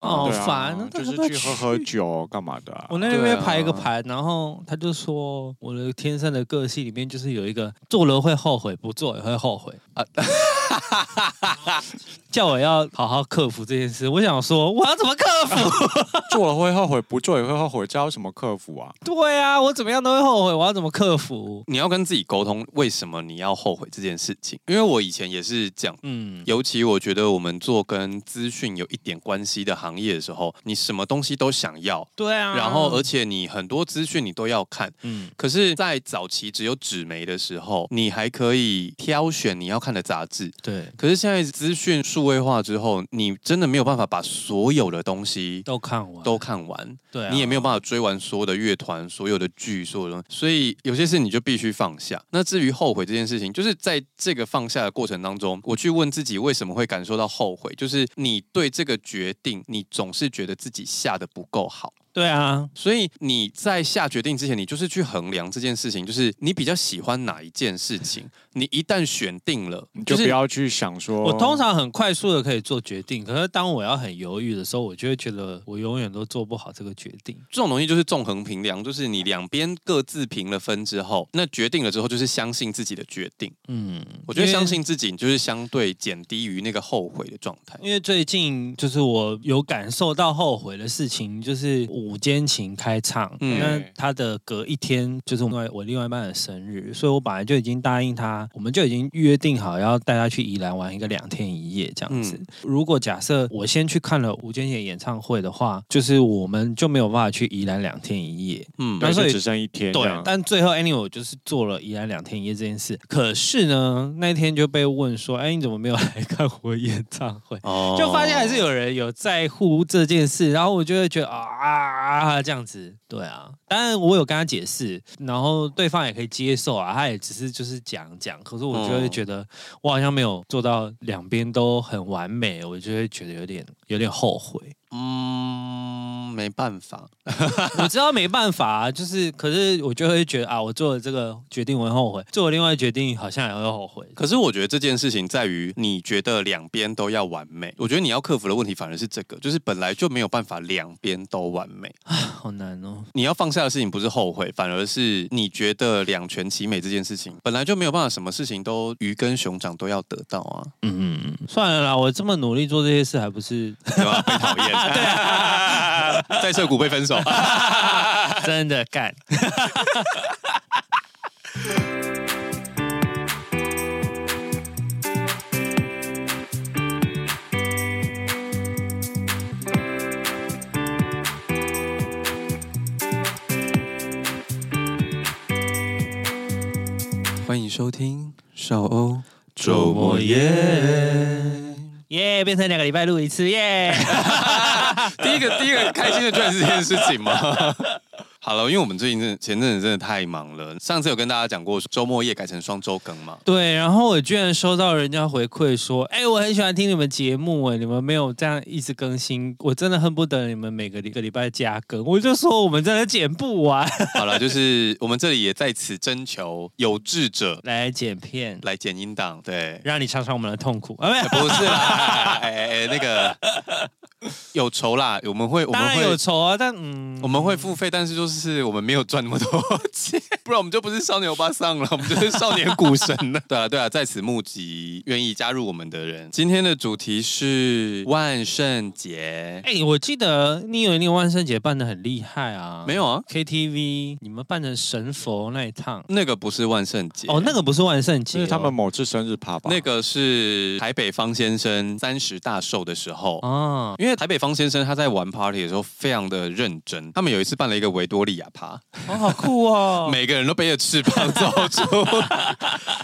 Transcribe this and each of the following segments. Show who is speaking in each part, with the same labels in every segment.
Speaker 1: 哦
Speaker 2: 对啊
Speaker 1: 烦啊
Speaker 2: 就
Speaker 1: 那
Speaker 2: 是
Speaker 1: 他
Speaker 2: 去
Speaker 1: 去
Speaker 2: 喝喝酒干嘛的啊、
Speaker 1: 我那
Speaker 3: 对
Speaker 1: 天
Speaker 3: 啊
Speaker 1: 被排一个盘，然后他就说我的天生的个性里面就是有一个做了会后悔，不做也会后悔啊， 叫我要好好克服这件事。我想说，我要怎么克服？
Speaker 2: 做了会后悔，不做也会后悔，这要什么克服啊？
Speaker 1: 对啊，我怎么样都会后悔，我要怎么克服？
Speaker 3: 你要跟自己沟通，为什么你要后悔这件事情？因为我以前也是这样，
Speaker 1: 嗯，
Speaker 3: 尤其我觉得我们做跟资讯有一点关系的行业的时候，你什么东西都想要，
Speaker 1: 对啊。
Speaker 3: 然后而且你很多资讯你都要看。
Speaker 1: 嗯，
Speaker 3: 可是，在早期只有纸媒的时候，你还可以挑选你要看的杂志。
Speaker 1: 对，
Speaker 3: 可是现在资讯数位化之后，你真的没有办法把所有的东西
Speaker 1: 都看完，
Speaker 3: 都看完，
Speaker 1: 对、啊，
Speaker 3: 你也没有办法追完所有的乐团、所有的剧、所有的东西，所以有些事你就必须放下。那至于后悔这件事情，就是在这个放下的过程当中，我去问自己为什么会感受到后悔，就是你对这个决定，你总是觉得自己下的不够好。
Speaker 1: 对啊，
Speaker 3: 所以你在下决定之前，你就是去衡量这件事情，就是你比较喜欢哪一件事情。你一旦选定了，
Speaker 2: 你就不
Speaker 3: 是
Speaker 2: 要去想说，
Speaker 1: 我通常很快速的可以做决定，可是当我要很犹豫的时候，我就会觉得我永远都做不好这个决定。
Speaker 3: 这种东西就是纵横平量，就是你两边各自平了分之后，那决定了之后就是相信自己的决定。
Speaker 1: 嗯，
Speaker 3: 我觉得
Speaker 1: 因为
Speaker 3: 相信自己就是相对减低于那个后悔的状态。
Speaker 1: 因为最近就是我有感受到后悔的事情，就是午间琴开唱，
Speaker 3: 嗯
Speaker 1: 那他的隔一天就是我另外我另外一半的生日，所以我本来就已经答应他，我们就已经约定好要带他去宜兰玩一个两天一夜这样子。
Speaker 3: 嗯
Speaker 1: 如果假设我先去看了吴建贤演唱会的话，就是我们就没有办法去宜兰两天一夜，
Speaker 3: 嗯，
Speaker 1: 那
Speaker 2: 对，
Speaker 1: 所以
Speaker 2: 就只剩一天这
Speaker 1: 对
Speaker 2: 样，，
Speaker 1: 但最后 anyway 我就是做了宜兰两天一夜这件事。可是呢，那天就被问说：“哎，你怎么没有来看我演唱会？”
Speaker 3: 哦
Speaker 1: 就发现还是有人有在乎这件事，然后我就会觉得啊啊啊这样子，对啊，当然我有跟他解释，然后对方也可以接受啊，他也只是就是讲讲，可是我就会
Speaker 2: 嗯
Speaker 1: 觉得我好像没有做到两边都很完美，我就会觉得有点有点后悔。
Speaker 3: 嗯，没办法，
Speaker 1: 我知道没办法、啊，就是可是我就会觉得啊，我做了这个决定我会后悔，做了另外决定好像也会后悔。
Speaker 3: 可是我觉得这件事情在于你觉得两边都要完美，我觉得你要克服的问题反而是这个，就是本来就没有办法两边都完美。
Speaker 1: 好难哦，
Speaker 3: 你要放下的事情不是后悔，反而是你觉得两全其美这件事情本来就没有办法，什么事情都鱼跟熊掌都要得到啊，
Speaker 1: 嗯嗯嗯，算了啦，我这么努力做这些事，还不是
Speaker 3: 对吧？被 讨厌， 对啊，在涩谷被分手。
Speaker 1: 真的干。
Speaker 3: 欢迎收听少欧
Speaker 1: 周末夜。耶、变成两个礼拜录一次 耶。
Speaker 3: 第一个第一个开心的居然是这件事情吗？ 好了，因为我们最近真的前阵子真的太忙了，上次有跟大家讲过周末夜改成双周更 嘛。
Speaker 1: 对，然后我居然收到人家回馈说，哎、我很喜欢听你们节目，哎，你们没有这样一直更新，我真的恨不得你们每个礼个礼拜加更。我就说我们真的剪不完，
Speaker 3: 好了，就是我们这里也在此征求有志者
Speaker 1: 来剪片，
Speaker 3: 来剪音档，对，
Speaker 1: 让你尝尝我们的痛苦啊！没有。
Speaker 3: 不是啦，哎哎哎，那个有仇啦，我们会我
Speaker 1: 当
Speaker 3: 们
Speaker 1: 然有
Speaker 3: 会。
Speaker 1: 仇啊，但嗯，
Speaker 3: 我们会付费，但是就是我们没有赚那么多钱， 不然我们就不是少年欧巴桑了，我们就是少年股神了。 对啊，对啊，在此募集愿意加入我们的人。今天的主题是万圣节，
Speaker 1: 哎、我记得你有一年万圣节办的很厉害啊，
Speaker 3: 没有啊，
Speaker 1: KTV 你们办成神佛那一趟，
Speaker 3: 那个不是万圣节
Speaker 1: 哦，那个不是万圣节
Speaker 2: 这
Speaker 1: 哦、
Speaker 2: 是他们某次生日趴吧？
Speaker 3: 那个是台北方先生三十大寿的时候。
Speaker 1: 哦，
Speaker 3: 因为台北方先生他在玩 party 的时候非常的认真，他们有一次办了一个维多利亚趴，
Speaker 1: 哦好酷 哦，
Speaker 3: 每个人都背着翅膀走出 来，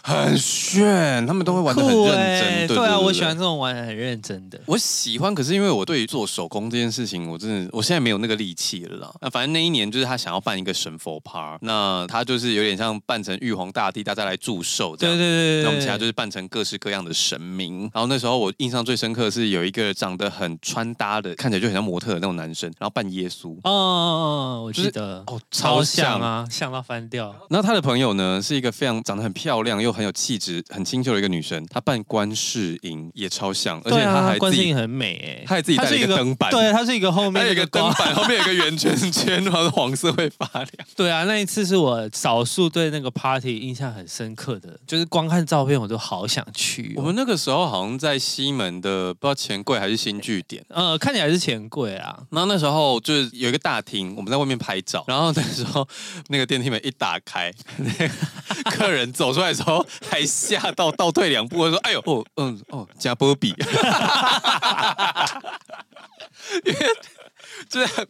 Speaker 3: 很炫，他们都会玩的很认
Speaker 1: 酷
Speaker 3: 真。
Speaker 1: 欸对啊，我喜欢这种玩得很认真的。
Speaker 3: 我喜欢，可是因为我对于做手工这件事情，我真的我现在没有那个力气了啦。那反正那一年就是他想要办一个神佛趴，那他就是有点像扮成玉皇大帝，大家来祝寿这
Speaker 1: 对
Speaker 3: 样。
Speaker 1: 对
Speaker 3: 对
Speaker 1: 对对，
Speaker 3: 那我们其他就是是扮成各式各样的神明，然后那时候我印象最深刻的是有一个长得很穿搭的，看起来就很像模特的那种男生，然后扮耶稣，
Speaker 1: 哦哦哦，我
Speaker 3: 就
Speaker 1: 记
Speaker 3: 是
Speaker 1: 得。
Speaker 3: 哦，
Speaker 1: 超像！啊，像到翻掉哦，
Speaker 3: 然后他的朋友呢，是一个非常长得很漂亮又很有气质、很清秀的一个女生，她扮观世音也超像，而且
Speaker 1: 对
Speaker 3: 她
Speaker 1: 啊
Speaker 3: 还，
Speaker 1: 关
Speaker 3: 自
Speaker 1: 世
Speaker 3: 己
Speaker 1: 英很美哎，
Speaker 3: 她还自己
Speaker 1: 它
Speaker 3: 带了
Speaker 1: 是
Speaker 3: 一个灯板
Speaker 1: 对，它是一个后
Speaker 3: 还
Speaker 1: 面
Speaker 3: 有一
Speaker 1: 那
Speaker 3: 个灯
Speaker 1: 光，
Speaker 3: 板，后面有一个圆圈圈， 然后黄色会发亮。
Speaker 1: 对啊，那一次是我少数对那个 party 印象很深刻的，就是光看照片我都好想去哦、
Speaker 3: 我们那个时候好像在西门的，不知道钱柜还是新据点。
Speaker 1: 呃看起来是钱柜啊，
Speaker 3: 然后那时候就是有一个大厅，我们在外面拍照。然后那时候那个电梯门一打开， 那个客人走出来的时候还吓到倒退两步，说：“哎呦，哦，嗯，哦，加波 比。”因为就是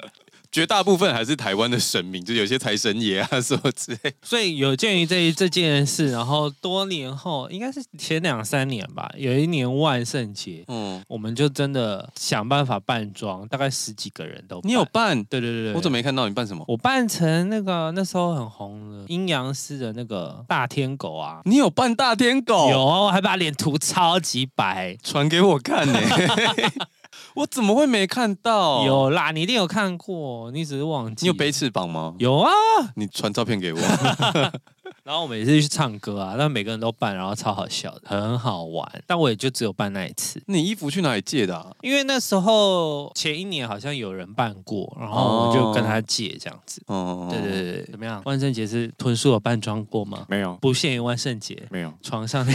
Speaker 3: 绝大部分还是台湾的神明，就有些财神爷啊什么之类的。
Speaker 1: 所以有鉴于这这件事，然后多年后应该是前两三年吧，有一年万圣节，
Speaker 3: 嗯，
Speaker 1: 我们就真的想办法扮装，大概十几个人都。
Speaker 3: 你有？办？
Speaker 1: 对对对对，
Speaker 3: 我怎
Speaker 1: 么？
Speaker 3: 么没看到你办什么？
Speaker 1: 我扮成那个那时候很红的阴阳师的那个大天狗啊，
Speaker 3: 你有办大天狗？
Speaker 1: 有啊，我还把脸涂超级白。
Speaker 3: 传给我看呢、我怎么会没看到？，
Speaker 1: 有啦，你一定有看过，哦你只是忘记。
Speaker 3: 你有背？翅膀吗？
Speaker 1: 有啊。
Speaker 3: 你传照片给我。
Speaker 1: 然后我每次去唱歌啊，但每个人都扮，然后超好笑的，很好玩。但我也就只有扮那一次。
Speaker 3: 你衣服去哪里借的、啊？
Speaker 1: 因为那时候前一年好像有人办过，然后我就跟他借这样子。
Speaker 3: 哦
Speaker 1: 对对对对，怎么样？万圣节是豚叔有扮装过吗？哦
Speaker 2: 没有
Speaker 1: 不限于万圣节，
Speaker 2: 没有，
Speaker 1: 床上那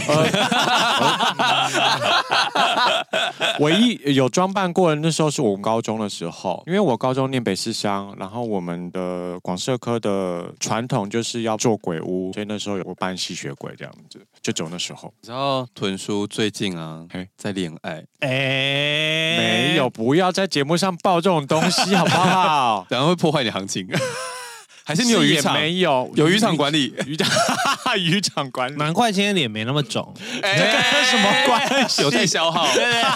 Speaker 1: 个
Speaker 2: 唯一有装扮过的那时候是我们高中的时候，因为我高中念北市乡，然后我们的广社科的传统就是要做鬼屋，所以那时候有扮吸血鬼这样子，就走那时候
Speaker 3: 你知道豚叔最近啊
Speaker 2: 嘿
Speaker 3: 在恋爱，？
Speaker 1: 哎、
Speaker 2: 没有，不要在节目上报这种东西好不好
Speaker 3: 然后会破坏你行情，还 是你有渔
Speaker 2: 也
Speaker 3: 场？
Speaker 2: 没有？
Speaker 3: 有渔场管理？
Speaker 2: 渔场渔场管理，
Speaker 1: 难怪今天脸没那么肿。
Speaker 3: 哎
Speaker 2: 跟什么关系
Speaker 3: 有待消耗。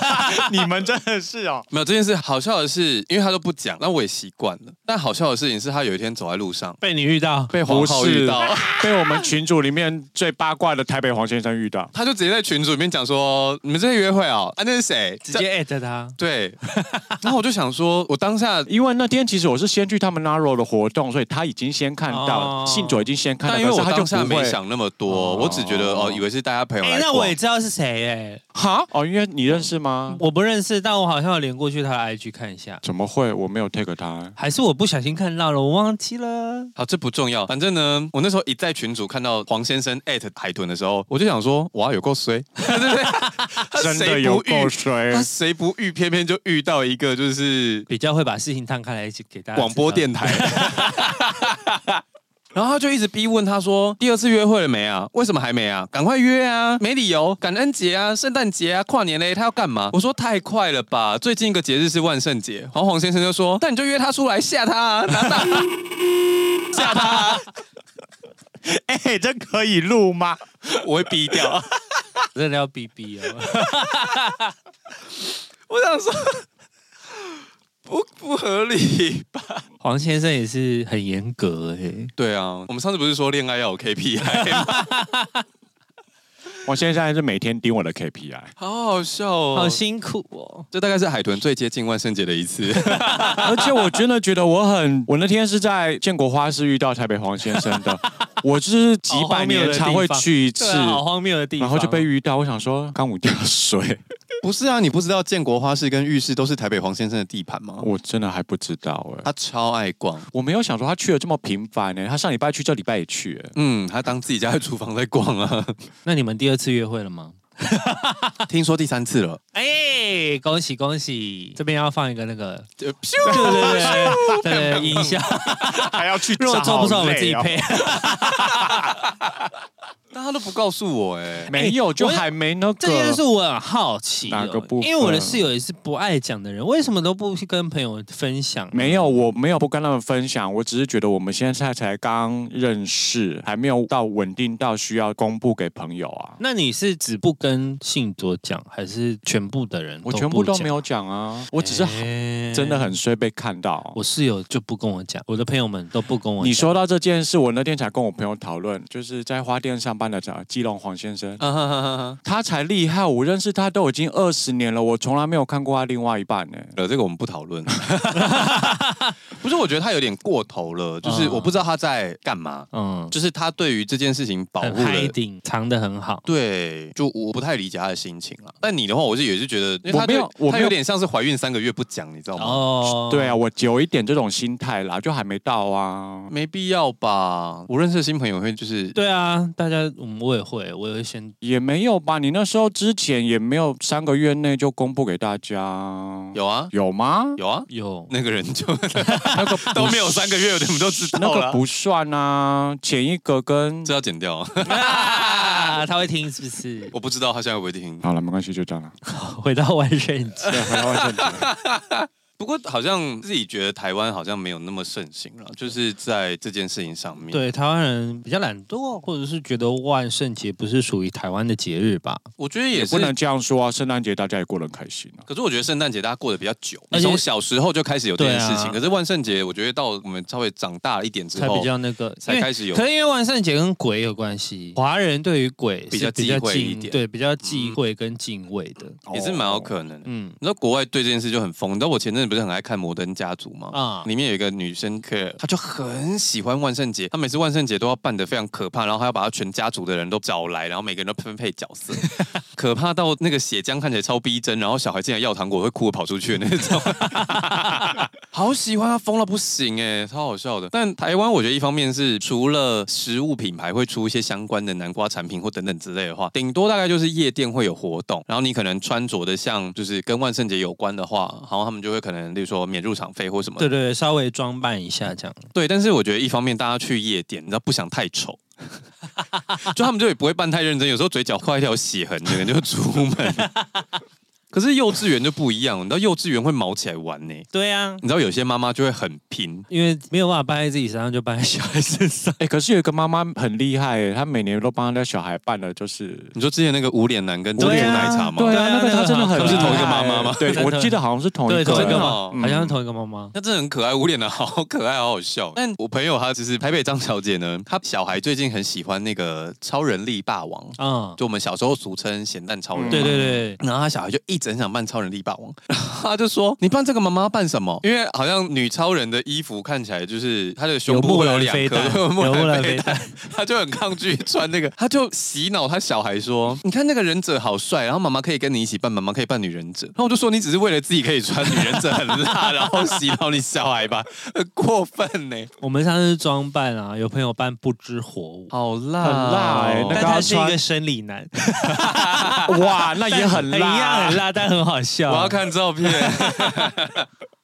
Speaker 2: 你们真的是哦。
Speaker 3: 没有这件事，好笑的是，因为他都不讲，那我也习惯了。但好笑的事情是他有一天走在路上
Speaker 1: 被你遇到，
Speaker 3: 被黄浩遇到，
Speaker 2: 被我们群组里面最八卦的台北黄先生遇到。
Speaker 3: 他就直接在群组里面讲说：“你们这些约会哦，啊那是谁？”
Speaker 1: 直
Speaker 3: 这
Speaker 1: 接艾特他。
Speaker 3: 对。 然后我就想说，我 当下
Speaker 2: 因为那天其实我是先去他们 Naro 的活动，所以他已经先看到，
Speaker 1: 哦
Speaker 2: 信佐已经先看到，
Speaker 3: 但因为
Speaker 2: 可
Speaker 3: 我
Speaker 2: 是他就
Speaker 3: 当下
Speaker 2: 不会
Speaker 3: 没想那么多，
Speaker 2: 哦
Speaker 3: 我只觉得哦，以为是大家朋友
Speaker 1: 哎、
Speaker 3: 来逛。
Speaker 1: 那我也知道是谁哎、
Speaker 2: 哈哦，因为你认识吗？
Speaker 1: 我不认识，但我好像有连过去他的 IG 看一下，
Speaker 2: 怎么会？我没有 take 他。
Speaker 1: 还是我不小心看到了，我忘记了。
Speaker 3: 好，这不重要。反正呢，我那时候一在群组看到黄先生艾特海豚的时候，我就想说，哇，有够 衰，对不对？他
Speaker 2: 真的
Speaker 3: 谁
Speaker 2: 有
Speaker 3: 不
Speaker 2: 够
Speaker 3: 遇，
Speaker 2: 衰
Speaker 3: 他，谁不遇，偏偏就遇到一个就是
Speaker 1: 比较会把事情摊开来给大家知道。
Speaker 3: 广播电台。 然后他就一直逼问他说：“第二次约会了没啊？为什么还没啊？赶快约啊！没理由，感恩节啊，圣诞节啊，跨年嘞，他要干嘛？”我说：“太快了吧！最近一个节日是万圣节。”然后黄先生就说：“那你就约他出来吓他啊，拿大吓他啊、
Speaker 2: 哎、这可以录吗？
Speaker 3: 我会逼掉。
Speaker 1: 真的要逼逼哦。
Speaker 3: 我想说， 不不合理吧？
Speaker 1: 黄先生也是很严格哎、
Speaker 3: 对啊，我们上次不是说恋爱要有 KPI 吗？
Speaker 2: 我现在还是每天盯我的 KPI。
Speaker 3: 好好笑哦，
Speaker 1: 好辛苦哦。
Speaker 3: 这大概是海豚最接近万圣节的一 次。
Speaker 2: 而且我真的觉得我很，我那天是在建国花市遇到台北黄先生的，我是几
Speaker 1: 好
Speaker 2: 百
Speaker 1: 荒谬的
Speaker 2: 年
Speaker 1: 地
Speaker 2: 才会
Speaker 1: 方
Speaker 2: 去一次
Speaker 1: 对，啊，好荒谬的地方。
Speaker 2: 然后就被遇到，我想说刚五掉 水，
Speaker 3: 不是啊，你不知道建国花市跟浴室都是台北黄先生的地盘
Speaker 1: 哦
Speaker 3: 吗？
Speaker 2: 我真的还不知道哎、
Speaker 1: 啊
Speaker 3: 他超爱逛，
Speaker 2: 我没有想说他去的这么频繁呢、他上礼拜去，这礼拜也去、 欸。
Speaker 3: 嗯，他当自己家的厨房在逛啊。
Speaker 1: 那你们第二次约会了吗？
Speaker 3: 听说第三次了，
Speaker 1: 哎、恭喜恭喜！这边要放一个那个，
Speaker 3: 呃
Speaker 1: 对
Speaker 3: 咻
Speaker 1: 对对对对对，音 效。
Speaker 2: 还要去
Speaker 1: 如果做不出来，我们自己
Speaker 2: 找好累哦
Speaker 1: 配。
Speaker 3: 但他都不告诉我哎、
Speaker 2: 哦。没有，就
Speaker 1: 我
Speaker 2: 还没那
Speaker 1: 这件事
Speaker 2: 个。
Speaker 1: 我很好奇的，
Speaker 2: 哪个部分啊
Speaker 1: 因为我的室友也是不爱讲的人，为什么都不去跟朋友分享？
Speaker 2: 没有，我没有不跟他们分享，我只是觉得我们现在才刚认识，还没有到稳定到需要公布给朋友啊。
Speaker 1: 那你是只不跟信卓讲，还是全部的人？
Speaker 2: 我全部都没，有讲啊，我只是
Speaker 1: 哎
Speaker 2: 真的很衰被看到。
Speaker 1: 我室友就不跟我讲，我的朋友们都不跟我讲。
Speaker 2: 你说到这件事，我那天才跟我朋友讨论，就是在花店上班的叫基隆黄先生，
Speaker 3: 啊哈哈哈哈！
Speaker 2: 他才厉害，我认识他都已经二十年了，我从来没有看过他另外一半呢。
Speaker 3: 呃，这个我们不讨 论。不是，我觉得他有点过头了，就是
Speaker 1: 嗯
Speaker 3: 我不知道他在干嘛，
Speaker 1: 嗯，
Speaker 3: 就是他对于这件事情保
Speaker 1: 很
Speaker 3: 护了
Speaker 1: hiding，藏的很好。
Speaker 3: 对，就我不太理解他的心情了。啊但你的话，我是也是觉得，因为
Speaker 2: 我没
Speaker 3: 他对
Speaker 2: 有我没
Speaker 3: 他
Speaker 2: 有
Speaker 3: 有点像是怀孕三个月不讲，你知道吗？
Speaker 1: 哦，
Speaker 2: 对啊，，我有一点这种心态啦，就还没到啊。
Speaker 3: 没必要吧？我认识的新朋友会就是
Speaker 1: 对啊，大家，嗯，我也会，我也会先
Speaker 2: 也没有吧？你那时候之前也没有三个月内就公布给大家，
Speaker 3: 有啊，
Speaker 2: 有吗？
Speaker 3: 有啊，
Speaker 1: 有
Speaker 3: 那个人就 那个 都没有三个月，我们都知
Speaker 2: 那
Speaker 3: 道
Speaker 2: 个
Speaker 3: 了。
Speaker 2: 不算啊，前一个跟
Speaker 3: 这要剪掉啊，
Speaker 1: 啊，他会听是不 是？
Speaker 3: 我不知道他现在会不会听。
Speaker 2: 好了，没关系，就这样 了。
Speaker 1: 回到万圣节，
Speaker 2: 对，回到万圣节
Speaker 3: 不过好像自己觉得台湾好像没有那么盛行了，就是在这件事情上面。，
Speaker 1: 对台湾人比较懒惰，或者是觉得万圣节不是属于台湾的节日吧？
Speaker 3: 我觉得也
Speaker 2: 也
Speaker 3: 是
Speaker 2: 不能这样说啊。圣诞节大家也过得很开心啊。
Speaker 3: 可是我觉得圣诞节大家过得比较久，
Speaker 1: 而
Speaker 3: 你
Speaker 1: 且
Speaker 3: 从小时候就开始有这件事情。
Speaker 1: 对啊
Speaker 3: 可是万圣节，我觉得到我们稍微长大一点之
Speaker 1: 才
Speaker 3: 后，
Speaker 1: 比较那个，
Speaker 3: 才
Speaker 1: 因为
Speaker 3: 开始有
Speaker 1: 可能因为万圣节跟鬼有关系，华人对于鬼是
Speaker 3: 比较
Speaker 1: 比较
Speaker 3: 忌讳一
Speaker 1: 敬
Speaker 3: 点
Speaker 1: 对比较忌讳跟敬畏的，
Speaker 3: 也是蛮有可能的。
Speaker 1: 嗯
Speaker 3: 你知道国外对这件事就很疯，你知道我前阵子不是很爱看《摩登家族》吗？
Speaker 1: 啊，
Speaker 3: 里面有一个女生可，她就很喜欢万圣节，她每次万圣节都要办得非常可怕，然后还要把她全家族的人都找来，然后每个人都分配角色，可怕到那个血浆看起来超逼真，然后小孩进来要糖果会哭着跑出去的那种，好喜欢她疯到不行哎，超好笑的。但台湾我觉得一方面是除了食物品牌会出一些相关的南瓜产品或等等之类的话，顶多大概就是夜店会有活动，然后你可能穿着的像就是跟万圣节有关的话，然后他们就会可能例如说免入场费或什么的
Speaker 1: 对对对，稍微装扮一下这样，
Speaker 3: 对，但是我觉得一方面大家去夜店，你知道不想太丑，就他们就也不会扮太认真，有时候嘴角画一条血痕，整个就出门。可是幼稚园就不一样，你知道幼稚园会毛起来玩呢、
Speaker 1: 对啊，
Speaker 3: 你知道有些妈妈就会很拼，
Speaker 1: 因为没有办法搬在自己身上，就搬在小孩身上。
Speaker 2: 哎、可是有一个妈妈很厉害、欸，她每年都帮她的小孩办的，就是
Speaker 3: 你说之前那个无脸男跟珍珠
Speaker 1: 对啊
Speaker 3: 奶茶吗？
Speaker 1: 对啊
Speaker 2: 那个她真的很
Speaker 1: 那
Speaker 2: 厉
Speaker 1: 个
Speaker 2: 害
Speaker 1: 好
Speaker 3: 是同一个妈妈吗
Speaker 2: 对，
Speaker 1: 真的
Speaker 2: 我记得好像是同一
Speaker 1: 对
Speaker 2: 个，
Speaker 1: 同一个
Speaker 3: 妈
Speaker 2: 嗯
Speaker 1: 好像是同一个妈妈，
Speaker 3: 那真的很可爱，无脸的好可爱，好好笑。但我朋友她其实台北张小姐呢，她小孩最近很喜欢那个超人力霸王，
Speaker 1: 嗯，
Speaker 3: 就我们小时候俗称咸蛋超人。
Speaker 2: 嗯
Speaker 1: 对对对，
Speaker 3: 然后他小孩就一直很想扮超人力霸王， 然后他就说：“你扮这个妈妈扮什么？因为好像女超人的衣服看起来就是她的胸部会有
Speaker 1: 兰
Speaker 3: 两
Speaker 1: 飞
Speaker 3: 颗
Speaker 1: 弹，
Speaker 3: 有木
Speaker 1: 有木
Speaker 3: 兰
Speaker 1: 兰飞
Speaker 3: 飞弹，
Speaker 1: 弹，
Speaker 3: 他就很抗拒穿那个，他就洗脑他小孩说：你看那个忍者好帅，然后妈妈可以跟你一起扮，妈妈可以扮女忍者。然后我就说你只是为了自己可以穿女忍者很辣，然后洗脑你小孩吧， 很过分欸呢、
Speaker 1: 我们上次装扮啊，有朋友扮不知火舞，
Speaker 3: 好辣、
Speaker 2: 很辣
Speaker 3: 哎
Speaker 2: 欸那
Speaker 1: 但
Speaker 2: 个要
Speaker 1: 他是一
Speaker 2: 穿
Speaker 1: 个生理男，
Speaker 2: 哇，那也很
Speaker 1: 一
Speaker 2: 辣，
Speaker 1: 样很
Speaker 2: 辣。
Speaker 1: 辣，但很好笑。
Speaker 3: 我要看照片。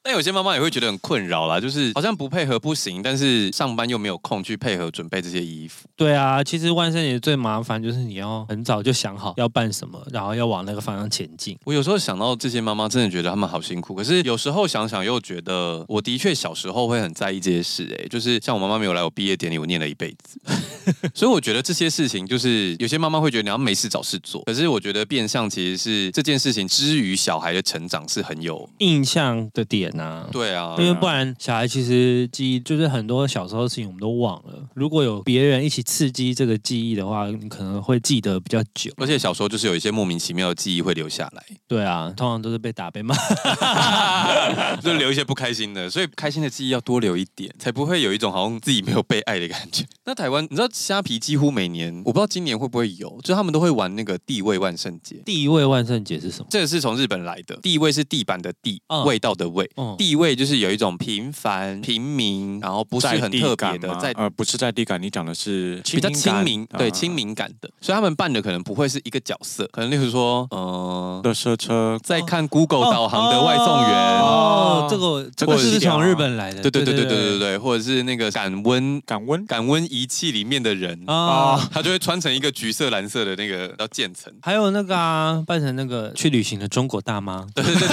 Speaker 3: 但有些妈妈也会觉得很困扰啦，就是好像不配合不行，但是上班又没有空去配合准备这些衣服。
Speaker 1: 对啊，其实万圣节最麻烦就是你要很早就想好要办什么，然后要往那个方向前进。
Speaker 3: 我有时候想到这些妈妈，真的觉得她们好辛苦。可是有时候想想又觉得，我的确小时候会很在意这些事、欸。哎，就是像我妈妈没有来我毕业典礼，我念了一辈子。 所以我觉得这些事情，就是有些妈妈会觉得你要没事找事做，可是我觉得变相其实是这件事情之于小孩的成长是很有
Speaker 1: 印象的点啊，
Speaker 3: 对啊，
Speaker 1: 因为不然小孩其实记忆就是很多小时候的事情我们都忘了。如果有别人一起刺激这个记忆的话，你可能会记得比较久。
Speaker 3: 而且小时候就是有一些莫名其妙的记忆会留下来。
Speaker 1: 对啊，通常都是被打被骂。
Speaker 3: 就留一些不开心的，所以开心的记忆要多留一点，才不会有一种好像自己没有被爱的感觉。 那台湾，你知道虾皮几乎每年，我不知道今年会不会有，就他们都会玩那个地位万圣节。
Speaker 1: 第一位万圣节是什么？
Speaker 3: 这个是从日本来的，地位是地板的地，
Speaker 1: 嗯
Speaker 3: 味道的味。
Speaker 1: 嗯，
Speaker 3: 地位就是有一种平凡、平民，然后不是很特别的，在
Speaker 2: 呃不是在地感，你讲的是
Speaker 3: 比较亲民，对
Speaker 2: 亲
Speaker 3: 亲民感啊的。所以他们扮的可能不会是一个角色，可能例如说，嗯、
Speaker 2: 的车车，
Speaker 3: 在看 Google 导航的外送员，
Speaker 1: 哦，这个这个
Speaker 2: 这个
Speaker 1: 是不
Speaker 2: 是
Speaker 1: 是
Speaker 2: 啊
Speaker 1: 从日本来的？
Speaker 3: 对对对对对对对，或者是那个感温
Speaker 2: 感温
Speaker 3: 感温仪器里面的人，
Speaker 1: 啊。
Speaker 3: 他就会穿成一个橘色、蓝色的那个叫渐层。
Speaker 1: 还有那个啊，扮成那 个去旅行的中国大妈，对对对，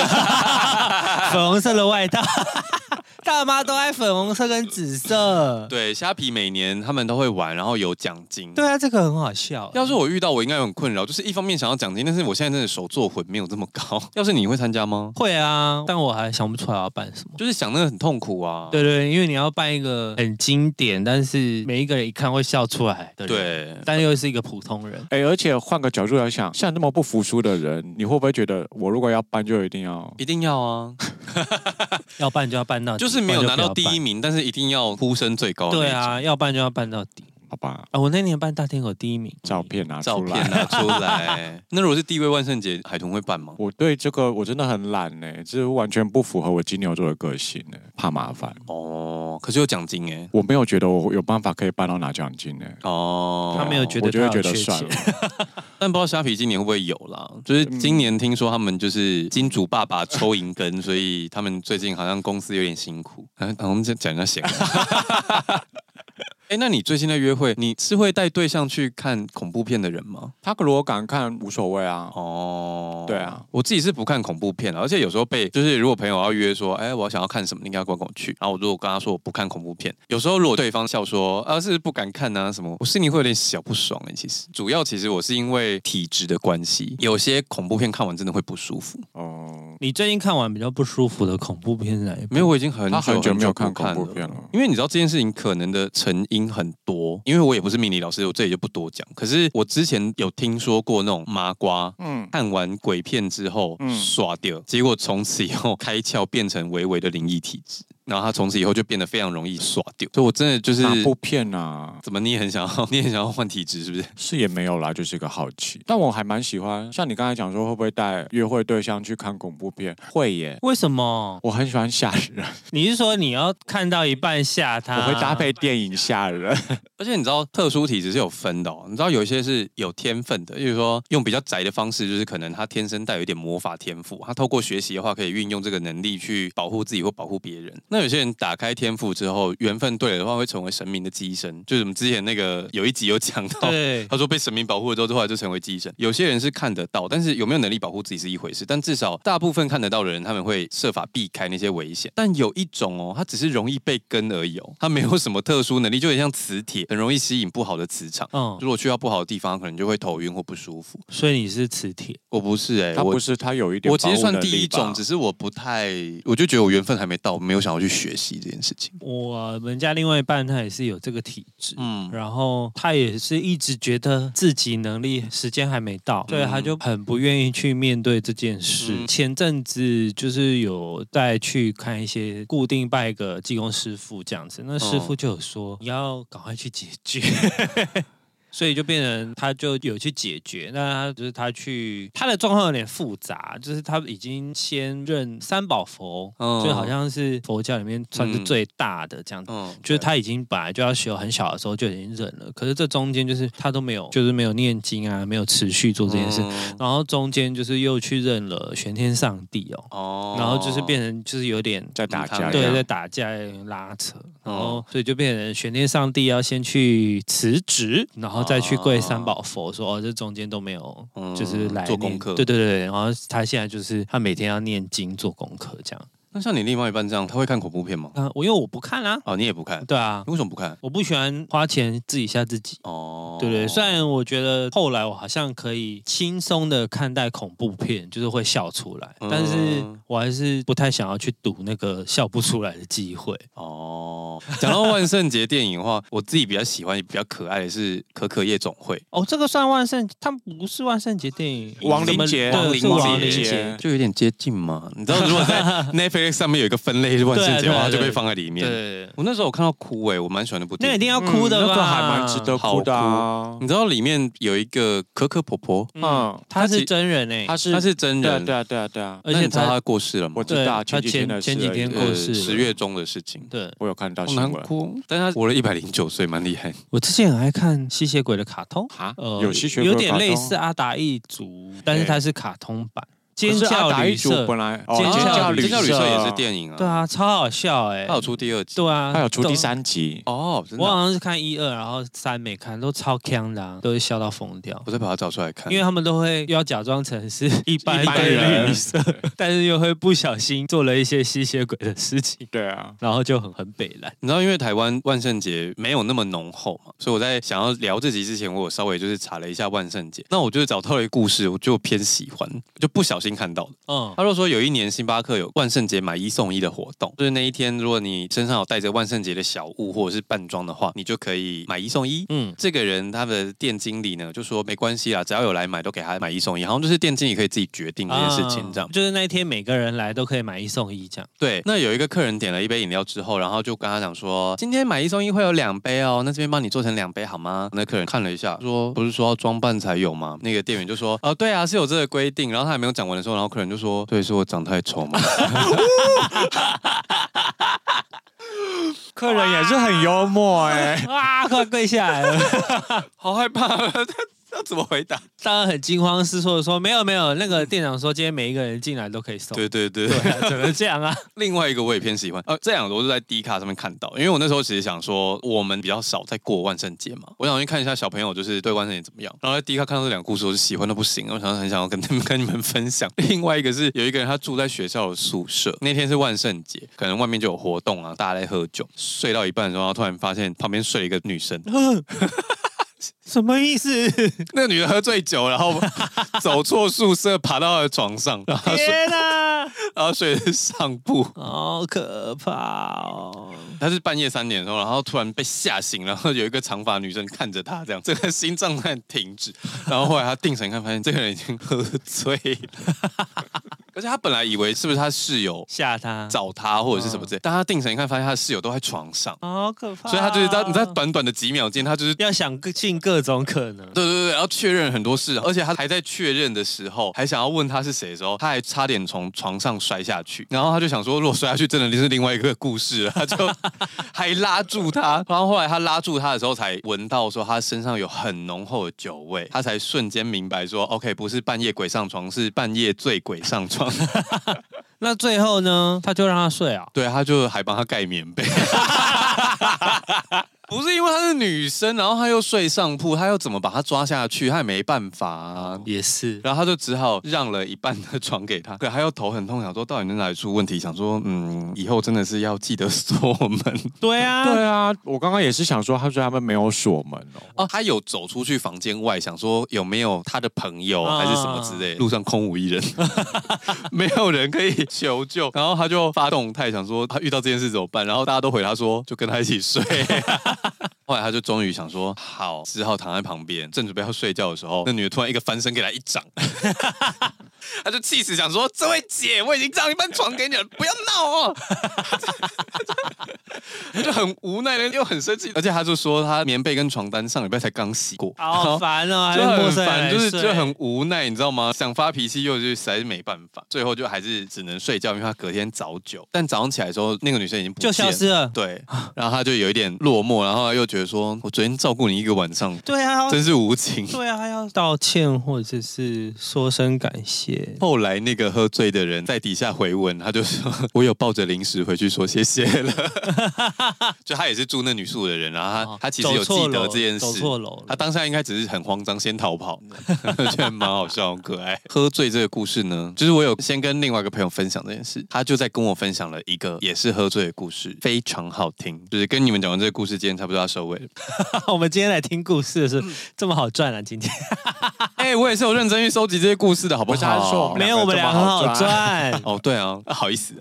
Speaker 1: 粉红色的外套， 大妈都爱粉红色跟紫色。
Speaker 3: 对，虾皮每年他们都会玩，然后有奖金。
Speaker 1: 对啊，这个很好笑。
Speaker 3: 要是我遇到，我应该很困扰，就是一方面想要奖金，但是我现在真的手作魂没有这么高。要是你会参加吗？
Speaker 1: 会啊，但我还想不出来我要办什么。
Speaker 3: 就是想那个很痛苦啊。
Speaker 1: 对对，因为你要办一个很经典，但是每一个人一看会笑出来的人，
Speaker 3: 对，
Speaker 1: 但又是一个普通人。
Speaker 2: 哎、而且换个角度来想，像这么不服输的人，你会不会觉得我如果要搬就一定要？
Speaker 3: 一定要啊，
Speaker 1: 要办就要办到底，
Speaker 3: 就是没有
Speaker 1: 不
Speaker 3: 拿
Speaker 1: 然就
Speaker 3: 到
Speaker 1: 不
Speaker 3: 第
Speaker 1: 要办
Speaker 3: 一。名，但是一定要呼声最高。
Speaker 1: 对，啊，要办就要办到底
Speaker 2: 好吧，
Speaker 1: 啊！我那年办大天狗第一名，
Speaker 2: 照片拿
Speaker 3: 照
Speaker 2: 出
Speaker 3: 片
Speaker 2: 来。
Speaker 3: 拿出来。那如果是地位万圣节，海豚会办吗？
Speaker 2: 我对这个我真的很懒呢、这完全不符合我金牛座的个性呢、怕麻烦。
Speaker 3: 哦，可是有奖金哎。
Speaker 2: 我没有觉得我有办法可以搬到拿奖金呢、
Speaker 3: 哦，
Speaker 1: 他没有觉得
Speaker 2: 我就会
Speaker 1: 他
Speaker 2: 觉
Speaker 1: 有
Speaker 2: 得
Speaker 1: 缺
Speaker 2: 算
Speaker 1: 钱
Speaker 2: 了。
Speaker 3: 但不知道虾皮今年会不会有啦？就是今年听说他们就是金主爸爸抽银根，所以他们最近好像公司有点辛苦。 啊，我们讲讲人家闲话。 哎、那你最近在约会，你是会带对象去看恐怖片的人吗？
Speaker 2: 他如果敢看无所谓啊，
Speaker 3: 哦，
Speaker 2: 对啊，
Speaker 3: 我自己是不看恐怖片的，而且有时候被就是如果朋友要约说，哎、我想要看什么，你应该跟我去。然后我如果跟他说我不看恐怖片，有时候如果对方笑说啊是不敢看啊什么，我心里会有点小不爽哎、其实主要其实我是因为体质的关系，有些恐怖片看完真的会不舒服。
Speaker 2: 哦、
Speaker 1: 你最近看完比较不舒服的恐怖片是哪一部？
Speaker 3: 没有，我已经很久
Speaker 2: 他很久没有看
Speaker 3: 不看
Speaker 2: 恐怖片了
Speaker 3: 因为你知道这件事情可能的成因很多，因为我也不是命理老师，我这里就不多讲。可是我之前有听说过那种麻瓜，
Speaker 2: 嗯，
Speaker 3: 看完鬼片之后，
Speaker 2: 嗯
Speaker 3: 耍掉，结果从此以后开窍，变成微微的灵异体质，然后他从此以后就变得非常容易耍掉，所以我真的就是
Speaker 2: 哪部片啊？
Speaker 3: 怎么你也很想要， 你也很想要换体质，是不是？
Speaker 2: 是也没有啦，就是一个好奇。但我还蛮喜欢，像你刚才讲说，会不会带约会对象去看恐怖片？会耶，
Speaker 1: 为什么？
Speaker 2: 我很喜欢吓 人，
Speaker 1: 你是说你要看到一半吓他？
Speaker 2: 我会搭配电影吓人。
Speaker 3: 而且你知道特殊体质是有分的、哦，你知道有一些是有天分的，例如说用比较宅的方式，就是可能他天生带有一点魔法天赋，他透过学习的话可以运用这个能力去保护自己或保护别人。那有些人打开天赋之后，缘分对了的话，会成为神明的机身，就是我们之前那个有一集有讲到，
Speaker 1: 对。
Speaker 3: 他说被神明保护了之后，后来就成为寄生。有些人是看得到，但是有没有能力保护自己是一回事。但至少大部分看得到的人，他们会设法避开那些危险。但有一种哦，他只是容易被跟而已哦，他没有什么特殊能力，就很像磁铁，很容易吸引不好的磁场。
Speaker 1: 嗯，
Speaker 3: 如果去到不好的地方，可能就会头晕或不舒服。
Speaker 1: 所以你是磁铁，
Speaker 3: 我不是哎、
Speaker 2: 他
Speaker 3: 我
Speaker 2: 不是，他有一点
Speaker 3: 我其实
Speaker 2: 保护
Speaker 3: 算
Speaker 2: 能
Speaker 3: 第一
Speaker 2: 力吧
Speaker 3: 种，只是我不太，我就觉得我缘分还没到，没有想要去学习这件事情。
Speaker 1: 我们家另外一半他也是有这个体质，
Speaker 3: 嗯，
Speaker 1: 然后他也是一直觉得自己能力时间还没到，所以他就很不愿意去面对这件事。
Speaker 3: 嗯
Speaker 1: 前阵子就是有带去看一些固定拜个技工师傅这样子，那师
Speaker 3: 哦
Speaker 1: 傅就有说、你要赶快去解决。 所以就变成他就有去解决，那他就是他去他的状况有点复杂，就是他已经先认三宝佛，
Speaker 3: 嗯
Speaker 1: 就好像是佛教里面算是
Speaker 3: 嗯
Speaker 1: 最大的这样子。
Speaker 3: 嗯，
Speaker 1: 就是他已经本来就要学，很小的时候就已经忍了，可是这中间就是他都没有，就是没有念经啊，没有持续做
Speaker 3: 做
Speaker 1: 这件事，
Speaker 3: 嗯
Speaker 1: 然后中间就是又去认了玄天上帝哦，
Speaker 3: 哦
Speaker 1: 然后就是变成就是有点
Speaker 2: 在打
Speaker 3: 嗯他
Speaker 2: 架，
Speaker 3: 们
Speaker 1: 对在打架拉扯，然后
Speaker 3: 哦
Speaker 1: 所以就变成玄天上帝要先去辞职，然后再去跪三宝佛说哦，这中间都没有
Speaker 3: 嗯
Speaker 1: 就是来
Speaker 3: 做功
Speaker 1: 念
Speaker 3: 课
Speaker 1: 对对对，然后他现在就是他每天要念经做功课这样，
Speaker 3: 那像你另外一半这样，他会看恐怖片吗？
Speaker 1: 啊，我因为我不看啊，
Speaker 3: 哦，你也不看，
Speaker 1: 对啊，
Speaker 3: 你为什么不看？
Speaker 1: 我不喜欢花钱自己吓自己。
Speaker 3: 哦，
Speaker 1: 对对，虽然我觉得后来我好像可以轻松的看待恐怖片，就是会笑出来，
Speaker 3: 嗯
Speaker 1: 但是我还是不太想要去赌那个笑不出来的机会。
Speaker 3: 哦，讲到万圣节电影的话， 我自己比较喜欢、也比较可爱的是《可可夜总会
Speaker 1: 哦，这个算万圣，它不是万圣节电影，
Speaker 2: 亡灵
Speaker 1: 怎么
Speaker 2: 节
Speaker 1: 对
Speaker 2: 亡
Speaker 1: 是
Speaker 2: 灵
Speaker 1: 亡灵
Speaker 2: 节
Speaker 1: 节。》，
Speaker 3: 就有点接近嘛。你知道，如 果在 Netflix 上面有一个分类是万圣节的话，它
Speaker 1: 对对对啊
Speaker 3: 就被放在里面。
Speaker 1: 对，
Speaker 3: 我那时候我看到哭哎、我蛮喜欢那部
Speaker 1: 那
Speaker 3: 电
Speaker 1: 一
Speaker 3: 影。
Speaker 1: 定要哭的吧？
Speaker 2: 嗯那个还蛮值得哭的啊。
Speaker 3: 你知道里面有一个可可婆婆，
Speaker 2: 嗯，
Speaker 1: 他是真人哎，
Speaker 2: 他是
Speaker 3: 她是真
Speaker 2: 对啊
Speaker 3: 人，
Speaker 2: 对啊对啊对啊，
Speaker 1: 而
Speaker 3: 那
Speaker 1: 且
Speaker 3: 你知道
Speaker 1: 他
Speaker 3: 她过世了吗呃
Speaker 2: 我？知道
Speaker 1: 对
Speaker 2: 前几天
Speaker 1: 他
Speaker 2: 的
Speaker 1: 前
Speaker 2: 事
Speaker 1: 前几天
Speaker 2: 而已呃
Speaker 1: 过世了
Speaker 3: 十月中的事情，
Speaker 1: 对
Speaker 2: 我有看到
Speaker 3: 好
Speaker 2: 新
Speaker 3: 难
Speaker 2: 闻
Speaker 3: 过，但她活了一百零九岁，蛮厉害。
Speaker 1: 我之前很爱看吸血鬼的卡通，
Speaker 2: 啊
Speaker 1: 呃，
Speaker 2: 有吸血鬼
Speaker 1: 有点
Speaker 2: 卡
Speaker 1: 类
Speaker 2: 通
Speaker 1: 似阿达一族，但是它是卡通版。尖
Speaker 2: 可是阿
Speaker 1: 叫
Speaker 2: 达一
Speaker 1: 旅
Speaker 2: 族
Speaker 1: 社，
Speaker 2: 本来哦
Speaker 1: 尖叫
Speaker 2: 叫
Speaker 1: 旅
Speaker 3: 旅
Speaker 1: 社
Speaker 3: 社也是，电影啊，
Speaker 1: 对，啊，超好笑哎、
Speaker 3: 它有出第二集，
Speaker 1: 对啊，
Speaker 2: 他有出
Speaker 1: 都
Speaker 2: 第。三集。
Speaker 3: 哦，真的
Speaker 1: 我
Speaker 3: 啊，
Speaker 1: 好像是看一二，然后三没看，都超强的、啊，都会笑到疯掉。
Speaker 3: 我再把它找出来看，
Speaker 1: 因为他们都会要假装成 是一般
Speaker 2: 一般
Speaker 1: 的
Speaker 2: 人
Speaker 1: 旅社， 但是又会不小心做了一些吸血鬼的事情，
Speaker 2: 对啊，
Speaker 1: 然后就很很北蓝。
Speaker 3: 你知道，因为台湾万圣节没有那么浓厚嘛，所以我在想要聊这集之前，我有稍微就是查了一下万圣节。那我就是找到了一个故事，我就偏喜欢，就不小心看到的。
Speaker 1: 嗯，
Speaker 3: 他就说，有一年星巴克有万圣节买一送一的活动，就是那一天，如果你身上有带着万圣节的小物或者是扮装的话，你就可以买一送一。
Speaker 1: 嗯，
Speaker 3: 这个人他的店经理呢就说没关系啦，啊只要有来买都给他买一送一，好像就是店经理可以自己决定这件事情这样
Speaker 1: 啊。就是那一天每个人来都可以买一送一这样。
Speaker 3: 对，那有一个客人点了一杯饮料之后，然后就跟他讲说，今天买一送一会有两杯哦，那这边帮你做成两杯好吗？那客人看了一下，说不是说要装扮才有吗？那个店员就说，哦，对啊，是有这个规定。然后他还没有讲完的时候，然后客人就说，对，是我长太丑吗？
Speaker 2: 客人也是很幽默哎、
Speaker 1: 啊，快跪下来了！
Speaker 3: 好害怕，啊 他要怎么回答？
Speaker 1: 当然很惊慌失措的说：“没有没有，那个店长说今天每一个人进来都可以送。”
Speaker 3: 对对对。
Speaker 1: 对啊，怎么这 样啊？
Speaker 3: 另外一个我也偏喜欢，呃，这两个我是在 D 卡上面看到，因为我那时候其实想说，我们比较少在过万圣节嘛，我想去看一下小朋友就是对万圣节怎么样。然后在 D 卡看到这两个故事，我就喜欢的不行，我想很想要跟他们跟你们分享。 另外一个是有一个人他住在学校的宿舍，那天是万圣节，可能外面就有活动啊，大家在喝酒，睡到一半的时候，他突然发现旁边睡了一个女生，
Speaker 1: 什么意思？
Speaker 3: 那个女的喝醉酒，然后走错宿舍，爬到他的床上，然 后睡，
Speaker 1: 天哪，
Speaker 3: 然后睡的是上铺。
Speaker 1: 好可怕哦！
Speaker 3: 他是半夜三点的时候，然后突然被吓醒，然后有一个长发女生看着他，这样，这个心脏突然停止，然后后来他定神看，发现这个人已经喝醉了，而且他本来以为是不是他室友
Speaker 1: 吓他，
Speaker 3: 找他或者是什么之类，但他定神一看，发现他的室友都在床上，
Speaker 1: 好可怕哦。
Speaker 3: 所以他就是在你在短短的几秒间，他就是。
Speaker 1: 要想尽各种可能。
Speaker 3: 对对对，然后确认很多事，而且他还在确认的时候，还想要问他是谁的时候，他还差点从床上摔下去。然后他就想说，如果摔下去，真的是另外一个故事了。他就还拉住他，然后后来他拉住他的时候，才闻到说他身上有很浓厚的酒味，他才瞬间明白说，OK，不是半夜鬼上床，是半夜醉鬼上床。
Speaker 1: 那最后呢，他就让他睡啊。
Speaker 3: 对，他就还帮他盖棉被。 不是因为她是女生，然后她又睡上铺，她又怎么把她抓下去？她也没办法啊。
Speaker 1: 也是，
Speaker 3: 然后他就只好让了一半的床给他，可 他又头很痛，想说到底是哪里出问题？想说，嗯，以后真的是要记得锁门
Speaker 1: 对啊，
Speaker 2: 对啊，我刚刚也是想说，他说他们没有锁门哦。
Speaker 3: 哦。他有走出去房间外，想说有没有他的朋友
Speaker 1: 啊
Speaker 3: 还是什么之 类的，路上空无一人，没有人可以求救。然后他就发动态想说啊他遇到这件事怎么办，然后大家都回他说就跟他一起睡。后来他就终于想说好，只好躺在旁边，正准备要睡觉的时候，那女的突然一个翻身给他一掌。 他就气死，想说：“这位姐，我已经让一半床给你了，不要闹哦。” 他就很无奈的又很生气，而且他就说他棉被跟床单上礼拜才刚洗过，
Speaker 1: 好烦哦，还
Speaker 3: 就
Speaker 1: 跟陌
Speaker 3: 很
Speaker 1: 生人
Speaker 3: 烦，
Speaker 1: 来
Speaker 3: 就是
Speaker 1: 睡
Speaker 3: 就很无奈，你知道吗？想发脾气又就是实在是没办法，最后就还是只能睡觉，因为他隔天早九。但早上起来的时候，那个女生已经不
Speaker 1: 就消
Speaker 3: 见了。
Speaker 1: 失了。
Speaker 3: 对，然后他就有一点落寞，然后又觉得说，我昨天照顾你一个晚上，
Speaker 1: 对啊，
Speaker 3: 真是无情。
Speaker 1: 对啊，要道歉或者是说声感谢。
Speaker 3: 后来那个喝醉的人在底下回文，他就说：“ 我有抱着零食回去说谢谢了。” 就他也是住那女宿的人，然后他、
Speaker 1: 哦
Speaker 3: 他其实有
Speaker 1: 走错
Speaker 3: 记得
Speaker 1: 楼
Speaker 3: 这件
Speaker 1: 走
Speaker 3: 事。
Speaker 1: 错楼
Speaker 3: 他
Speaker 1: 了。
Speaker 3: 当下应该只是很慌张，先逃跑， 觉得蛮好笑，很可爱。喝醉这个故事呢，就是我有先跟另外一个朋友分享这件事，他就在跟我分享了一个也是喝醉的故事，非常好听。就是跟你们讲完这个故事，今天差不多要收尾了。
Speaker 1: 我们今天来听故事的
Speaker 2: 嗯
Speaker 1: 是这么好赚啊，今天
Speaker 3: 哎、我也是有认真去收集这些故事的，好不
Speaker 2: 不
Speaker 3: 好？
Speaker 2: 是 他是说我们
Speaker 1: 没有我们俩很好赚，
Speaker 3: 哦，对啊，啊好意思，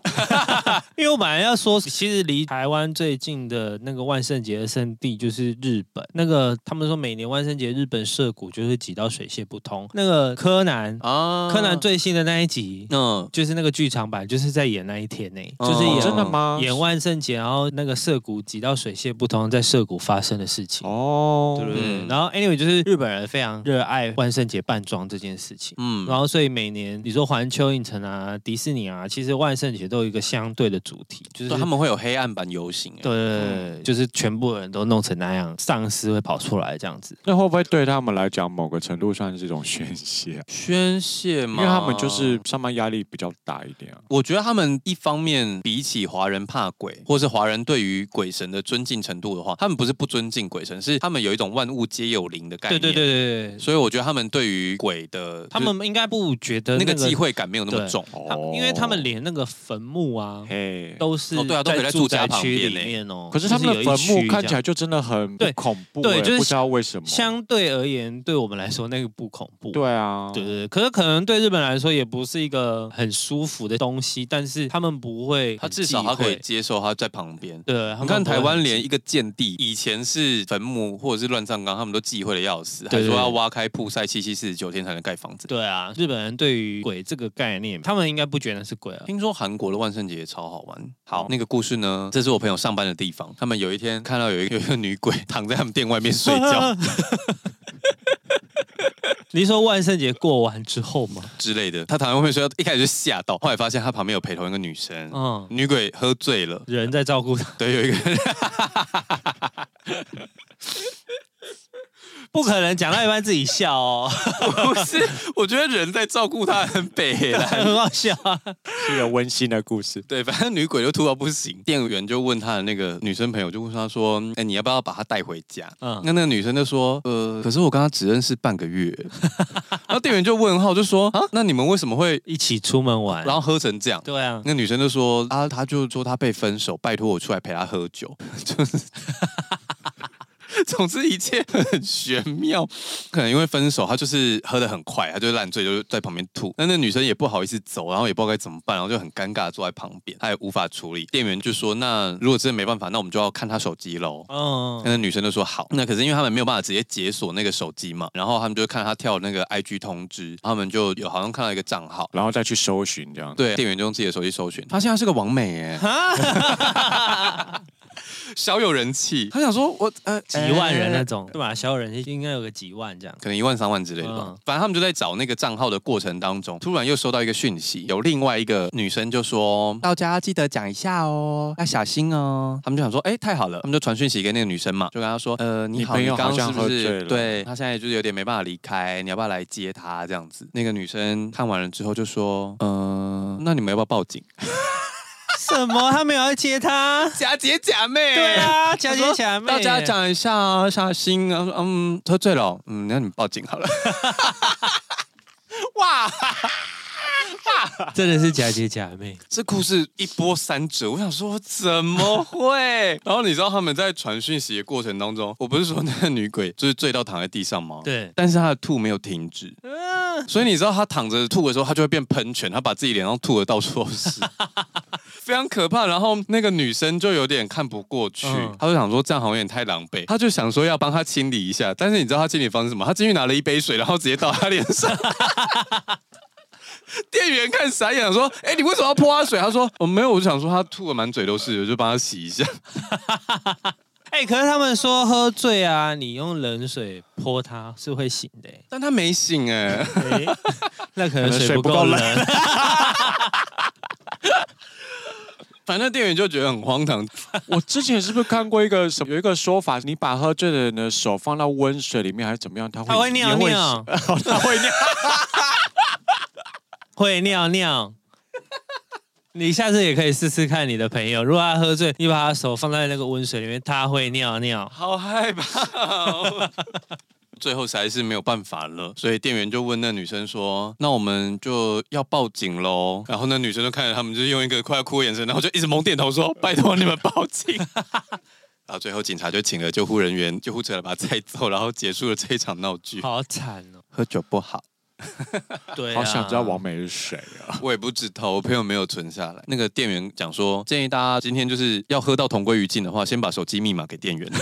Speaker 1: 因为我本来要说，其实离台湾最近的那个万圣节的圣地就是日本。那个他们说每年万圣节日本涉谷就是挤到水泄不通。那个柯南，
Speaker 2: 嗯
Speaker 3: 啊
Speaker 1: 柯南最新的那一集。
Speaker 3: 嗯，
Speaker 1: 就是那个剧场版，就是在演那一天呢、
Speaker 3: 哦
Speaker 1: 就是演、
Speaker 2: 哦真的吗？
Speaker 1: 演万圣节，然后那个涉谷挤到水泄不通，在涉谷发生的事情。
Speaker 2: 哦
Speaker 1: 对，不对？
Speaker 3: 嗯
Speaker 1: 然后 anyway 就是日本人非常热爱万圣节扮装这件事情。啊
Speaker 3: 嗯
Speaker 1: 然后，所以每年你说环球影城啊、迪士尼啊，其实万圣节都有一个相对的主题，就是
Speaker 3: 对，他们会有黑暗版游行、欸，
Speaker 1: 对对对对对就是全部人都弄成那样，丧尸会跑出来这样子。
Speaker 2: 那会不会对他们来讲，某个程度算是一种宣泄？啊
Speaker 3: 宣泄
Speaker 2: 因
Speaker 1: 嗯
Speaker 3: 嘛，
Speaker 2: 为他们就是上班压力比较大一点啊。
Speaker 3: 我觉得他们一方面比起华人怕鬼，或是华人对于鬼神的尊敬程度的话，他们不是不尊敬鬼神，是他们有一种万物皆有灵的概
Speaker 1: 对对
Speaker 3: 念。
Speaker 1: 对对对，
Speaker 3: 所以我觉得他们对于鬼的，
Speaker 1: 他们应该不觉
Speaker 3: 就
Speaker 1: 得那
Speaker 3: 是那
Speaker 1: 个
Speaker 3: 个忌，讳感没有那么
Speaker 1: 对
Speaker 3: 重。
Speaker 1: 他因为他们连那个坟墓啊
Speaker 2: 嘿，
Speaker 1: 都是
Speaker 3: 哦对啊都可以在
Speaker 1: 住
Speaker 3: 住家旁
Speaker 1: 区
Speaker 3: 边
Speaker 1: 里
Speaker 3: 欸
Speaker 1: 面哦，
Speaker 2: 可是他们的
Speaker 1: 就有一
Speaker 2: 坟
Speaker 1: 区
Speaker 2: 墓看
Speaker 1: 这
Speaker 2: 起
Speaker 1: 样
Speaker 2: 来就真的很
Speaker 1: 对
Speaker 2: 恐怖、欸，
Speaker 1: 对就是
Speaker 2: 不知道为什么。
Speaker 1: 相对而言，对我们来说那个不恐怖。
Speaker 2: 对啊，
Speaker 1: 对对对，可是可能对日本来说也不是一个很舒服的东西，但是他们不会
Speaker 3: 他
Speaker 1: 很
Speaker 3: 至
Speaker 1: 忌
Speaker 3: 少他可以
Speaker 1: 讳
Speaker 3: 接受他在旁边。
Speaker 1: 对，他
Speaker 3: 你
Speaker 1: 们
Speaker 3: 看
Speaker 1: 不会
Speaker 3: 台湾
Speaker 1: 很
Speaker 3: 连
Speaker 1: 忌
Speaker 3: 一个建地，以前是坟墓或者是乱葬岗，他们都忌讳的要死，还
Speaker 1: 对对
Speaker 3: 说
Speaker 1: 对
Speaker 3: 要挖开曝晒七七四十九天才能盖房子。
Speaker 1: 对啊，日本人对于鬼这个概念，他们应该不觉得是鬼啊。
Speaker 3: 听说韩国的万圣节也超好玩。好
Speaker 2: 好，
Speaker 3: 那个故事呢，这是我朋友上班的地方。他们有一天看到有一个有一个女鬼躺在他们店外面睡 觉
Speaker 1: 你说万圣节过完之后吗？
Speaker 3: 之类的，她躺在外面睡觉，一开始就吓到，后来发现她旁边有陪同一个女生，
Speaker 1: 嗯，
Speaker 3: 女鬼喝醉了，
Speaker 1: 人在照顾他，
Speaker 3: 对，有一个
Speaker 1: 不可能讲到一半自己笑哦，
Speaker 3: 不是， 我觉得人在照顾她很北啦。
Speaker 1: 很好笑啊。
Speaker 2: 是一个温馨的故事。
Speaker 3: 对，反正女鬼就吐到不行，店员就问她的那个女生朋友，就问她说：“哎、你要不要把她带回家？”
Speaker 1: 嗯
Speaker 3: 那那个女生就说：“呃，可是我跟她只认识半个月。” 然后店员就问号，就说：“啊，那你们为什么会
Speaker 1: 一起出门玩，
Speaker 3: 然后喝成这样？”
Speaker 1: 对啊，
Speaker 3: 那女生就说：“啊，她就说她被分手，拜托我出来陪她喝酒。” 就是。总之一切很玄妙，可能因为分手，她就是喝的很快，她就烂醉，就在旁边吐。那那女生也不好意思走，然后也不知道该怎么办，然后就很尴尬地坐在旁边，她也无法处理。店员就说：“那如果真的没办法，那我们就要看她手机喽。”
Speaker 1: 嗯，
Speaker 3: 那女生就说好，那可是因为他们没有办法直接解锁那个手机嘛，然后他们就看她跳那个 IG 通知，他们就有好像看到一个账号，
Speaker 2: 然后再去搜寻这样，
Speaker 3: 对，店员就用自己的手机搜寻，她现在是个王美耶， 小有人气。她想说我呃
Speaker 1: 几万人啊那
Speaker 3: 呢，
Speaker 1: 种，哎对吧？小人应该有个几万这样。
Speaker 3: 可能一万三万之类的吧。
Speaker 1: 嗯
Speaker 3: 反正他们就在找那个账号的过程当中，突然又收到一个讯息，有另外一个女生就说到家记得讲一下哦，要小心哦。他们就想说，哎、太好了，他们就传讯息给那个女生嘛，就跟她说，呃，你
Speaker 2: 你
Speaker 3: 好，
Speaker 2: 朋
Speaker 3: 你
Speaker 2: 友
Speaker 3: 刚
Speaker 2: 好
Speaker 3: 刚
Speaker 2: 像
Speaker 3: 是不
Speaker 2: 喝醉
Speaker 3: 是
Speaker 2: 了
Speaker 3: 对她现在就是有点没办法离开，你要不要来接她这样子？那个女生看完了之后就说，呃，那你们要不要报警？
Speaker 1: 什么？他没有要接他？
Speaker 3: 假姐假 妹，
Speaker 1: 对。啊，小姐
Speaker 3: 说
Speaker 1: 姐妹，
Speaker 3: 大家讲一下啊，小心啊！嗯，喝醉了哦，嗯，那你们报警好了。哇，
Speaker 1: 真的是假姐假妹，
Speaker 3: 这故事一波三折，我想说怎么会？ 然后你知道他们在传讯息的过程当中，我不是说那个女鬼就是醉到躺在地上吗？。
Speaker 1: 对，
Speaker 3: 但是她的吐没有停止，
Speaker 1: 嗯，
Speaker 3: 所以你知道她躺着吐的时候，她就会变喷泉，她把自己脸上吐的到处都是， 非常可怕。然后那个女生就有点看不过去，
Speaker 1: 嗯
Speaker 3: 她就想说这样好像有点太狼狈，她就想说要帮她清理一下。但是你知道她清理方式是什么？她进去拿了一杯水，然后直接倒她脸上。 店员看傻眼，想说：“哎、你为什么要泼她水？”她说：“我、没有，我就想说她吐的满嘴都是，我就帮她洗一下。
Speaker 1: 哎、可是他们说喝醉啊，你用冷水泼他是会醒的、欸”
Speaker 3: 但她没醒哎、
Speaker 1: 那可
Speaker 2: 可
Speaker 1: 能
Speaker 2: 能
Speaker 1: 水
Speaker 2: 水
Speaker 1: 不
Speaker 2: 不
Speaker 1: 够
Speaker 2: 够
Speaker 1: 冷。
Speaker 3: 反正店员就觉得很荒唐，
Speaker 2: 我之前是不是看过一个什么？有一个说法，你把喝醉的人的手放到温水里面，还是怎么样，他会
Speaker 1: 他 会尿
Speaker 2: 也会
Speaker 1: 尿，
Speaker 2: 他会尿。
Speaker 1: 会尿尿。 你下次也可以试试看你的朋友，如果他喝醉，你把他手放在那个温水里面，他会尿 尿。
Speaker 3: 好害怕、哦 最后实在是没有办法了，所以店员就问那女生说：“那我们就要报警喽。”然后那女生就看着他们，就是用一个快要哭的眼神，然后就一直猛点头说：“拜托你们报警。” 然后最后警察就请了救护人员、救护车来把他载走，然后结束了这一场闹剧。
Speaker 1: 好惨哦！
Speaker 3: 喝酒不好，
Speaker 1: 对、啊，
Speaker 2: 好想知道王美是谁啊！
Speaker 3: 我也不知道，我朋友没有存下来。那个店员讲说，建议大家今天就是要喝到同归于尽的话，先把手机密码给店 员。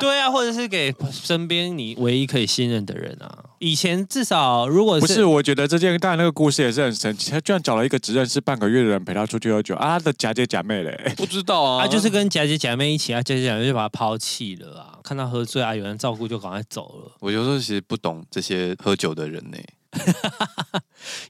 Speaker 1: 对啊，或者是给身边你唯一可以信任的人啊。以前至少如果
Speaker 2: 不
Speaker 1: 是啊
Speaker 2: 是，我觉得这件但那个故事也是很神奇。他居然找了一个只认识半个月的人陪他出去喝酒啊！他的假姐假 妹嘞，
Speaker 3: 不知道啊，
Speaker 1: 啊，就是跟假姐假妹一起啊，假姐假妹就把他抛弃了啊，看到喝醉啊，有人照顾就赶快走了。
Speaker 3: 我有时候其实不懂这些喝酒的人呢、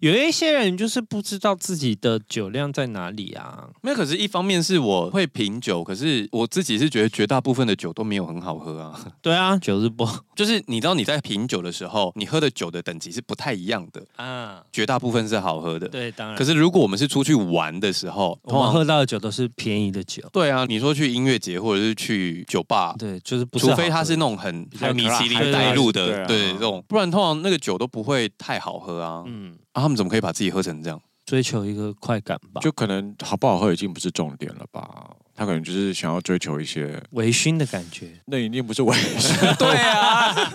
Speaker 1: 有一些人就是不知道自己的酒量在哪里啊。
Speaker 3: 那可是一方面是我会品酒，可是我自己是觉得绝大部分的酒都没有很好喝啊。
Speaker 1: 对啊，酒是不
Speaker 3: 就是你知道你在品酒的时候，你喝的酒的等级是不太一样的，
Speaker 1: 啊，
Speaker 3: 绝大部分是好喝的。
Speaker 1: 对，当然。
Speaker 3: 可是如果我们是出去玩的时候，
Speaker 1: 我们
Speaker 3: 通常
Speaker 1: 喝到的酒都是便宜的酒，
Speaker 3: 对啊，你说去音乐节或者是去酒吧。
Speaker 1: 对，就是不是
Speaker 3: 除非
Speaker 1: 好
Speaker 3: 它
Speaker 1: 喝
Speaker 3: 是那种很
Speaker 2: 比较
Speaker 3: 还有米其林
Speaker 1: 对对对
Speaker 3: 带路
Speaker 2: 对
Speaker 3: 的，
Speaker 2: 啊
Speaker 3: 对这种，不然通常那个酒都不会太好喝啊。
Speaker 1: 嗯
Speaker 3: 啊，他们怎么可以把自己喝成这样？
Speaker 1: 追求一个快感吧，
Speaker 2: 就可能好不好喝已经不是重点了吧？他可能就是想要追求一些，
Speaker 1: 微醺的感觉。
Speaker 2: 那一定不是我。
Speaker 3: 对啊。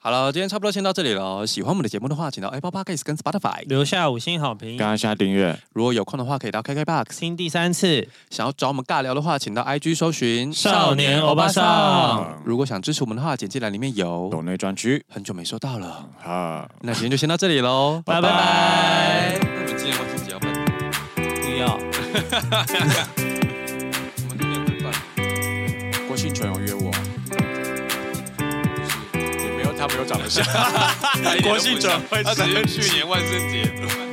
Speaker 3: 好了，今天差不多先到这里了。喜欢我们的节目的话，请到 Apple Podcast 跟 Spotify。
Speaker 1: 留下五星好评，
Speaker 2: 刚刚下订阅，
Speaker 3: 如果有空的话，可以到 KKBox。
Speaker 1: 听第三次，
Speaker 3: 想要找我们尬聊的话，请到 IG 搜寻
Speaker 1: 少年欧巴
Speaker 2: 桑
Speaker 3: 如果想支持我们的话，简介栏里面有。
Speaker 2: 抖内专区
Speaker 3: 很久没收到了，
Speaker 2: 啊。
Speaker 3: 那今天就先到这里喽，
Speaker 1: 拜拜。
Speaker 3: 那我们今天晚上几要分？
Speaker 1: 不要。
Speaker 3: 我们今天分半。
Speaker 2: 郭新纯有约我，也没有他没有长得像
Speaker 3: 他一点都不像
Speaker 2: 郭姓转会
Speaker 3: 他只是去年万圣节。